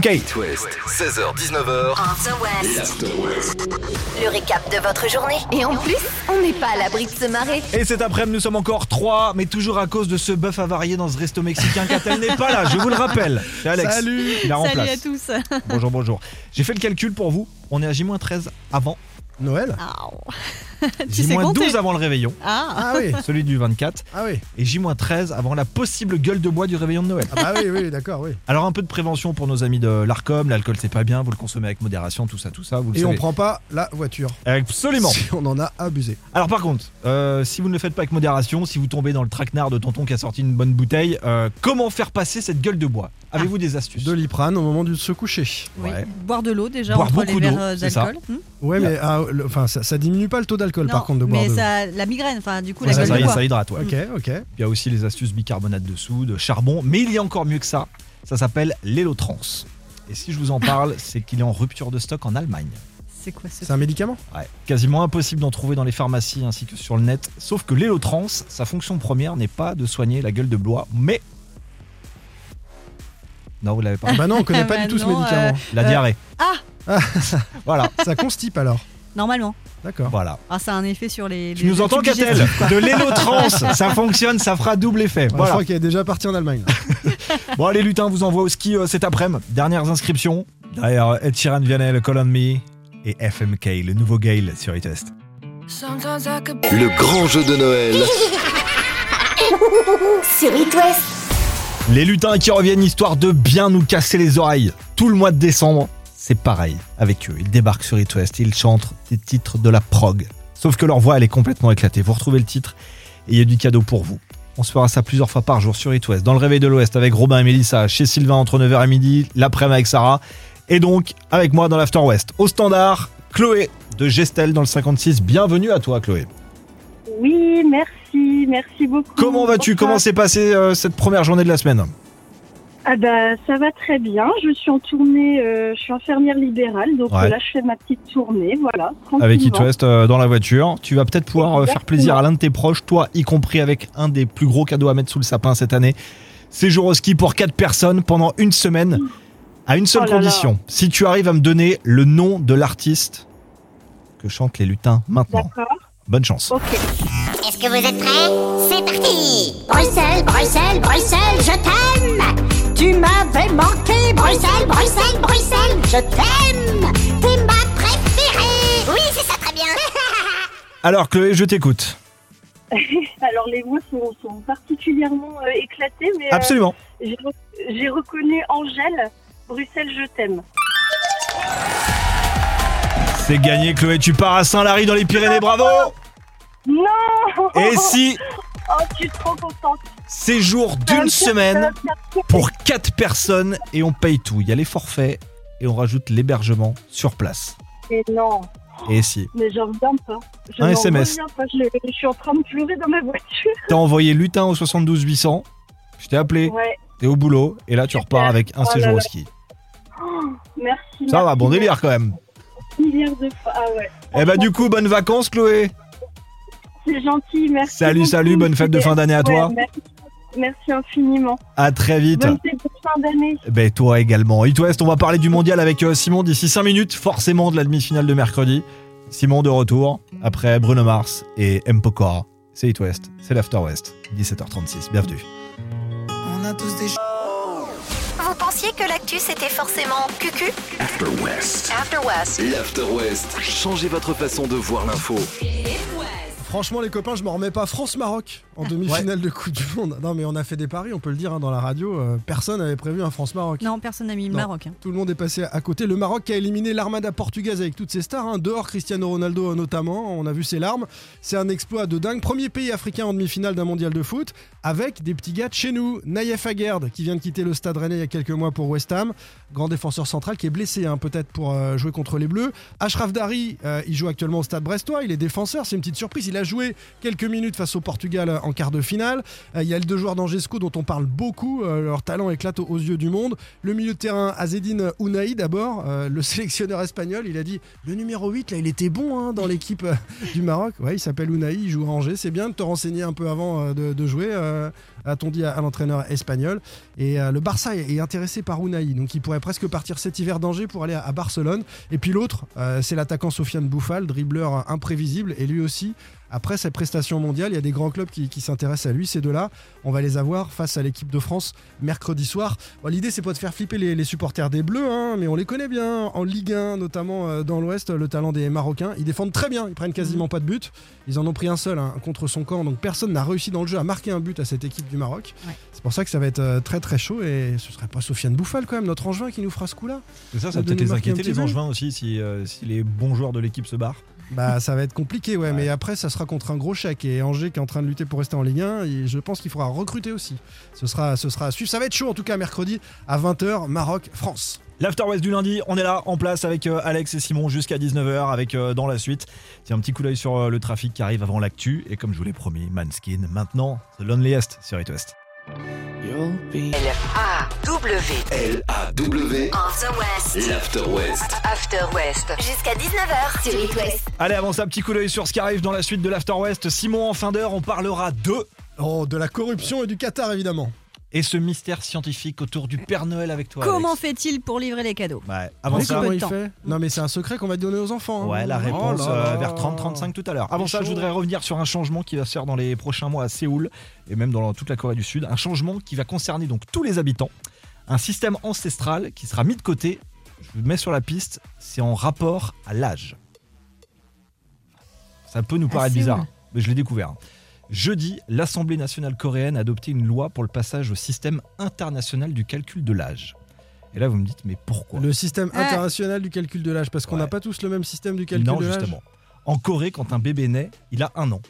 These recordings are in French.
Kate. West, 16h-19h, After West. After West. Le récap de votre journée. Et en plus, on n'est pas à l'abri de se marrer. Et cet après-midi, nous sommes encore trois, mais toujours à cause de ce bœuf avarié dans ce resto mexicain. Katel n'est pas là, je vous le rappelle. C'est Alex. Salut. Il la Salut remplace. à tous. Bonjour, bonjour. J'ai fait le calcul pour vous. On est à J-13 avant Noël. Ah. tu sais compter J-12 avant le réveillon. Ah, Ah oui, Celui du 24. ah oui, Et J-13 avant la possible gueule de bois du réveillon de Noël. ah bah oui, oui, d'accord, oui. Alors un peu de prévention pour nos amis de l'ARCOM. L'alcool, c'est pas bien. Vous le consommez avec modération, tout ça, tout ça. Vous le Et on savez. prend pas la voiture. Absolument. Si on en a abusé. Alors par contre, euh, si vous ne le faites pas avec modération, si vous tombez dans le traquenard de tonton qui a sorti une bonne bouteille, euh, comment faire passer cette gueule de bois Ah. Avez-vous des astuces De l'iprane au moment de se coucher. oui. Ouais. Boire de l'eau déjà Boire entre les beaucoup d'eau, verres euh, c'est ça. d'alcool. Hmm Ouais, Là. mais ah, le- enfin, ça, ça diminue pas le taux d'alcool Non, par contre de boire mais de l'eau. ça, la migraine, enfin du coup Ouais, la ça, gueule de ça, bois. Mm. ça hydrate, ouais. Ok, ok. Il y a aussi les astuces bicarbonate de soude, charbon, mais il y a encore mieux que ça. Ça s'appelle l'élotrance. Et si je vous en parle, c'est qu'il est en rupture de stock en Allemagne. C'est quoi ce C'est un médicament Ouais. Quasiment impossible d'en trouver dans les pharmacies ainsi que sur le net. Sauf que l'élotrance, sa fonction première n'est pas de soigner la gueule de bois, mais... Non, vous l'avez pas. Bah non, on connaît pas Bah du tout ce non, médicament. La Euh, diarrhée. ah Voilà, Ça constipe alors. Normalement. D'accord. voilà. Ah, ça a un effet sur les. Tu nous entends, Catel Catel De l'élotrance, ça fonctionne, ça fera double effet. Je Voilà. crois qu'elle est déjà partie en Allemagne. là. Bon, les lutins vous envoient au ski euh, cet après-midi. Dernières inscriptions. D'ailleurs, Ed Sheeran, Vianney, le Call on Me et FMK, le nouveau Gale sur E eTest. Sometimes I could Le grand jeu de Noël. Sur It West. Les lutins qui reviennent histoire de bien nous casser les oreilles. Tout le mois de décembre, c'est pareil avec eux. Ils débarquent sur It West, ils chantent des titres de la prog. Sauf que leur voix, elle est complètement éclatée. Vous retrouvez le titre et il y a du cadeau pour vous. On se fera ça plusieurs fois par jour sur It West, dans le réveil de l'Ouest avec Robin et Mélissa, chez Sylvain entre 9h et midi, l'après-midi avec Sarah, et donc avec moi dans l'After West. Au standard, Chloé de Gestel dans le 56. Bienvenue à toi, Chloé. Oui, merci, merci beaucoup. Comment vas-tu Comment s'est passée euh, cette première journée de la semaine Ah bah ça va très bien. Je suis en tournée, euh, je suis infirmière libérale, donc Ouais. euh, là je fais ma petite tournée, voilà. avec It tranquillement. West euh, dans la voiture. Tu vas peut-être pouvoir euh, faire Exactement. plaisir à l'un de tes proches, toi y compris avec un des plus gros cadeaux à mettre sous le sapin cette année. Séjour au ski pour 4 personnes pendant une semaine à une seule Oh là là. condition. Si tu arrives à me donner le nom de l'artiste que chantent les lutins maintenant. D'accord. Bonne chance. Ok. Est-ce que vous êtes prêts C'est parti Bruxelles, Bruxelles, Bruxelles, je t'aime Tu m'avais manqué, Bruxelles, Bruxelles, Bruxelles, je t'aime T'es ma préférée Oui, c'est ça, très bien Alors Chloé, je t'écoute. Alors les voix sont, sont particulièrement euh, éclatées, mais euh, Absolument. j'ai re- j'ai reconnu Angèle. Bruxelles, je t'aime. C'est gagné Chloé, tu pars à Saint-Lary dans les Pyrénées, bravo Oh, Non Et si Oh, je suis trop contente. séjour Ça va me d'une faire- semaine ça va me faire plaisir. pour 4 personnes et on paye tout. Il y a les forfaits et on rajoute l'hébergement sur place. Mais non, Et si mais j'en reviens pas. Je Un n'en SMS. reviens pas. Je, je suis en train de pleurer dans ma voiture. t'as envoyé lutin au 72 800, je t'ai appelé, Ouais. t'es au boulot et là tu repars avec un Oh là séjour au là. ski. Merci. Ça va, merci, bon délire quand même. Milliards de fois. Ah ouais. Eh bah du coup, bonnes vacances Chloé. C'est gentil, merci. Salut, beaucoup. salut, bonne fête de fin d'année à Ouais, toi. Merci, merci infiniment. À très vite. Bonne fête de fin d'année. Ben toi également. It West, on va parler du mondial avec euh, Simon d'ici 5 minutes, forcément de la demi-finale de mercredi. Simon de retour après Bruno Mars et M. Pokora. C'est It West, c'est l'After West, 17h36. Bienvenue. On a tous des Vous pensiez que l'actu c'était forcément cucu After West. After West. L'After West. Changez votre façon de voir l'info. Franchement, les copains, je m'en remets pas. France-Maroc en demi-finale de Coupe du Monde. Non, mais on a fait des paris, on peut le dire hein, dans la radio. euh, personne n'avait prévu un France-Maroc. Non, personne n'a mis le Non. Maroc. hein. Tout le monde est passé à côté. Le Maroc a éliminé l'armada portugaise avec toutes ses stars, hein. dehors Cristiano Ronaldo euh, notamment. On a vu ses larmes. C'est un exploit de dingue. Premier pays africain en demi-finale d'un mondial de foot avec des petits gars de chez nous. Naïef Aguerd qui vient de quitter le stade rennais il y a quelques mois pour West Ham. Grand défenseur central qui est blessé hein, peut-être pour euh, jouer contre les Bleus. Ashraf Dari, euh, il joue actuellement au stade brestois. Il est défenseur. C'est une petite surprise. Il a joué quelques minutes face au Portugal en quart de finale. Euh, Il y a les deux joueurs d'Angesco dont on parle beaucoup. euh, Leur talent éclate aux- aux yeux du monde. Le milieu de terrain, Azedine Unai d'abord, euh, le sélectionneur espagnol, il a dit le numéro 8, là, il était bon hein, dans l'équipe euh, du Maroc. Ouais, il s'appelle Unai, il joue à Angers. C'est bien de te renseigner un peu avant euh, de, de jouer, euh, a-t-on dit à, à l'entraîneur espagnol. Et euh, le Barça est est intéressé par Unai, donc il pourrait presque partir cet hiver d'Angers pour aller à, à Barcelone. Et puis l'autre, euh, c'est l'attaquant Sofiane Bouffal, dribbleur euh, imprévisible, et lui aussi. Après sa prestation mondiale, il y a des grands clubs qui, qui s'intéressent à lui. Ces deux-là, on va les avoir face à l'équipe de France mercredi soir. Bon, Bah, L'idée, c'est pas de faire flipper les, les supporters des Bleus, hein, mais on les connaît bien. En Ligue 1, notamment euh, dans l'Ouest, le talent des Marocains, ils défendent très bien. Ils prennent quasiment pas de but. Ils en ont pris un seul hein, contre son camp, donc personne n'a réussi dans le jeu à marquer un but à cette équipe du Maroc. Ouais. C'est pour ça que ça va être euh, très très chaud et ce serait pas Sofiane Bouffal quand même, notre Angevin, qui nous fera ce coup-là. Et ça, ça va peut-être les inquiéter, les Angevins aussi, si, les bons joueurs de l'équipe se barrent. Bah, ça va être compliqué, ouais, mais après, ça sera contre un gros chèque. Et Angers qui est en train de lutter pour rester en Ligue 1, et je pense qu'il faudra recruter aussi. Ce sera, ce sera à suivre. Ça va être chaud, en tout cas, mercredi à 20h, Maroc, France. L'After West du lundi, on est là, en place avec euh, Alex et Simon jusqu'à 19h, avec euh, dans la suite. Tiens, un petit coup d'œil sur euh, le trafic qui arrive avant l'actu. Et comme je vous l'ai promis, Manskin, maintenant, The Loneliest sur It West. W L-A-W, On the West. l'After West. After West. Jusqu'à 19h sur It West. Allez, avant ça, petit coup d'œil sur ce qui arrive dans la suite de l'After West. Simon, en fin d'heure, on parlera de. Oh, de la corruption et du Qatar, évidemment. Et ce mystère scientifique autour du Père Noël avec toi. Comment Alex. fait-il pour livrer les cadeaux Ouais, avant Mais ça, comment peu de il temps. fait Non, mais c'est un secret qu'on va donner aux enfants. hein. Ouais, la Oh réponse là là. euh, vers 30-35 tout à l'heure. Avant C'est ça, je chaud. voudrais revenir sur un changement qui va se faire dans les prochains mois à Séoul et même dans toute la Corée du Sud. Un changement qui va concerner donc tous les habitants. Un système ancestral qui sera mis de côté. Je vous mets sur la piste, c'est en rapport à l'âge. Ça peut nous paraître Séoul. bizarre, mais je l'ai découvert. Jeudi, l'Assemblée nationale coréenne a adopté une loi pour le passage au système international du calcul de l'âge. Et là, vous me dites, mais pourquoi Le système Eh. international du calcul de l'âge, parce qu'on Ouais. n'a pas tous le même système du calcul non, de l'âge. justement. En Corée, quand un bébé naît, il a un an.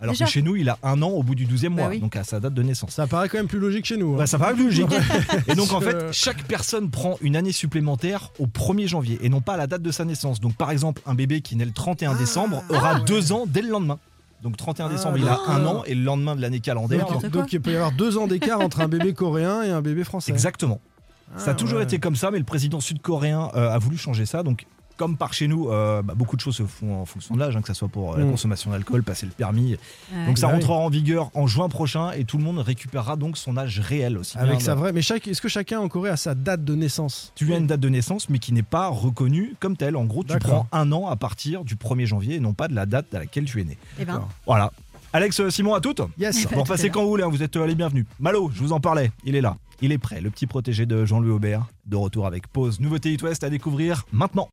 Alors Déjà que chez nous, il a un an au bout du 12e Bah mois, oui. donc à sa date de naissance. Ça paraît quand même plus logique chez nous. hein. Bah, ça paraît plus logique. Et donc, en Euh. fait, chaque personne prend une année supplémentaire au 1er janvier et non pas à la date de sa naissance. Donc, par exemple, un bébé qui naît le 31 Ah. décembre aura deux ans dès le lendemain. Donc, 31 Ah, décembre, il a d'accord. un an et le lendemain de l'année calendaire. D'accord. donc, donc, il peut y avoir deux ans d'écart entre un bébé coréen et un bébé français. Exactement. Ça Ah, a toujours ouais. été comme ça, mais le président sud-coréen euh, a voulu changer ça. Donc, comme par chez nous, euh, bah, beaucoup de choses se font en fonction de l'âge, hein, que ce soit pour euh, la Mm. consommation d'alcool, passer le permis, Ouais. Donc ça Bah oui. rentrera en vigueur en juin prochain et tout le monde récupérera donc son âge réel aussi. hein. bien Avec sa de- vraie. Mais chaque... est-ce que chacun en Corée a sa date de naissance tu as une date de naissance mais qui n'est pas reconnue comme telle. En gros, tu D'accord. prends un an à partir du 1er janvier et non pas de la date à laquelle tu es né. Eh ben, D'accord. Voilà. Alex, euh, Simon, à toutes Yes. Bon, passez quand vous voulez, hein, vous êtes euh, les bienvenus. Malo, je vous en parlais, il est là. Il est prêt, le petit protégé de Jean-Louis Aubert. De retour avec Pause, nouveauté It West à découvrir maintenant.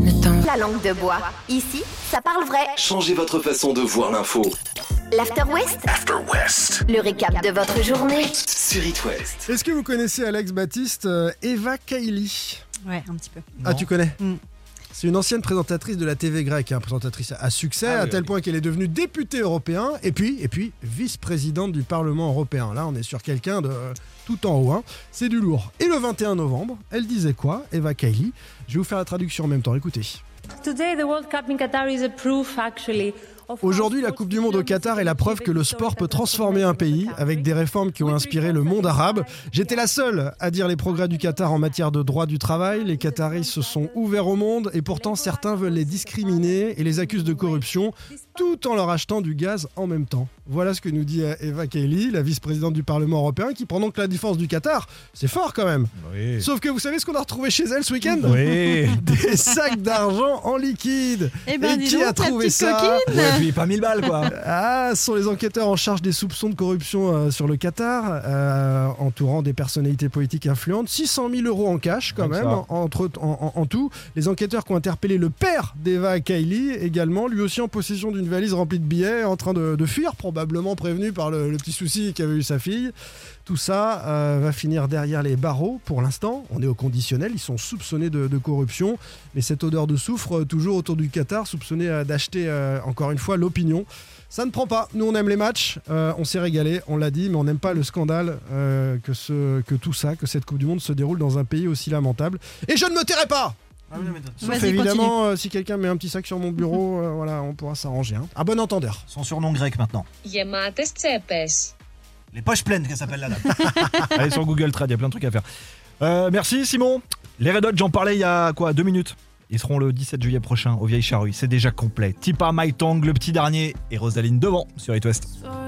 Le temps. La langue de bois. Ici, ça parle vrai. Changez votre façon de voir l'info. L'After West, After West. le récap de votre journée. Sur It West. Est-ce que vous connaissez Alex Baptiste euh, Eva Kaili ouais, un petit peu. Ah, tu connais Mm. C'est une ancienne présentatrice de la TV grecque, hein, présentatrice à succès, Ah oui, à tel oui. point qu'elle est devenue députée européen et puis, et puis vice-présidente du Parlement européen. Là, on est sur quelqu'un de euh, tout en haut. hein. C'est du lourd. Et le 21 novembre, elle disait quoi, Eva Kaili Je vais vous faire la traduction en même temps, écoutez. Today, the World Cup in Qatar is a proof, actually. of how Aujourd'hui, la Coupe du Monde au Qatar est la preuve que le sport peut transformer un pays avec des réformes qui ont inspiré le monde arabe. J'étais la seule à dire les progrès du Qatar en matière de droit du travail. Les Qataris se sont ouverts au monde et pourtant certains veulent les discriminer et les accusent de corruption tout en leur achetant du gaz en même temps. Voilà ce que nous dit Eva Kaili, la vice-présidente du Parlement européen, qui prend donc la défense du Qatar. C'est fort quand même. Oui. Sauf que vous savez ce qu'on a retrouvé chez elle ce week-end Oui. Des sacs d'argent en liquide. Eh ben, et dis qui donc, a la trouvé petite ça coquine. Ouais, puis pas 1000 balles quoi. ah, ce sont les enquêteurs en charge des soupçons de corruption euh, sur le Qatar, euh, entourant des personnalités politiques influentes. 600 000 euros en cash, quand Comme même, ça. en, entre- en- en- en tout. Les enquêteurs qui ont interpellé le père d'Eva Kaili, également, lui aussi en possession d'une valise remplie de billets, en train de, de fuir, probablement prévenu par le, le petit souci qu'avait eu sa fille. Tout ça euh, va finir derrière les barreaux pour l'instant. On est au conditionnel, ils sont soupçonnés de, de corruption. Mais cette odeur de soufre, euh, toujours autour du Qatar, soupçonnée euh, d'acheter euh, encore une fois l'opinion. Ça ne prend pas. Nous, on aime les matchs. euh, on s'est régalé, on l'a dit, mais on n'aime pas le scandale euh, que, ce, que tout ça, que cette Coupe du Monde se déroule dans un pays aussi lamentable. Et je ne me tairai pas Sauf Vas-y, continue. évidemment, euh, si quelqu'un met un petit sac sur mon bureau, euh, voilà, on pourra s'arranger. hein. À bon entendeur. Son surnom grec maintenant. γεμάτες τσέπες. Les poches pleines, qu'elle s'appelle la dame. Allez sur Google Trad, il y a plein de trucs à faire. Euh, merci Simon. Les Red Hot, j'en parlais il y a quoi Deux minutes. Ils seront le 17 juillet prochain au Vieille Charrue. C'est déjà complet. Tipa, My Tang, le petit dernier et Rosaline devant sur It West.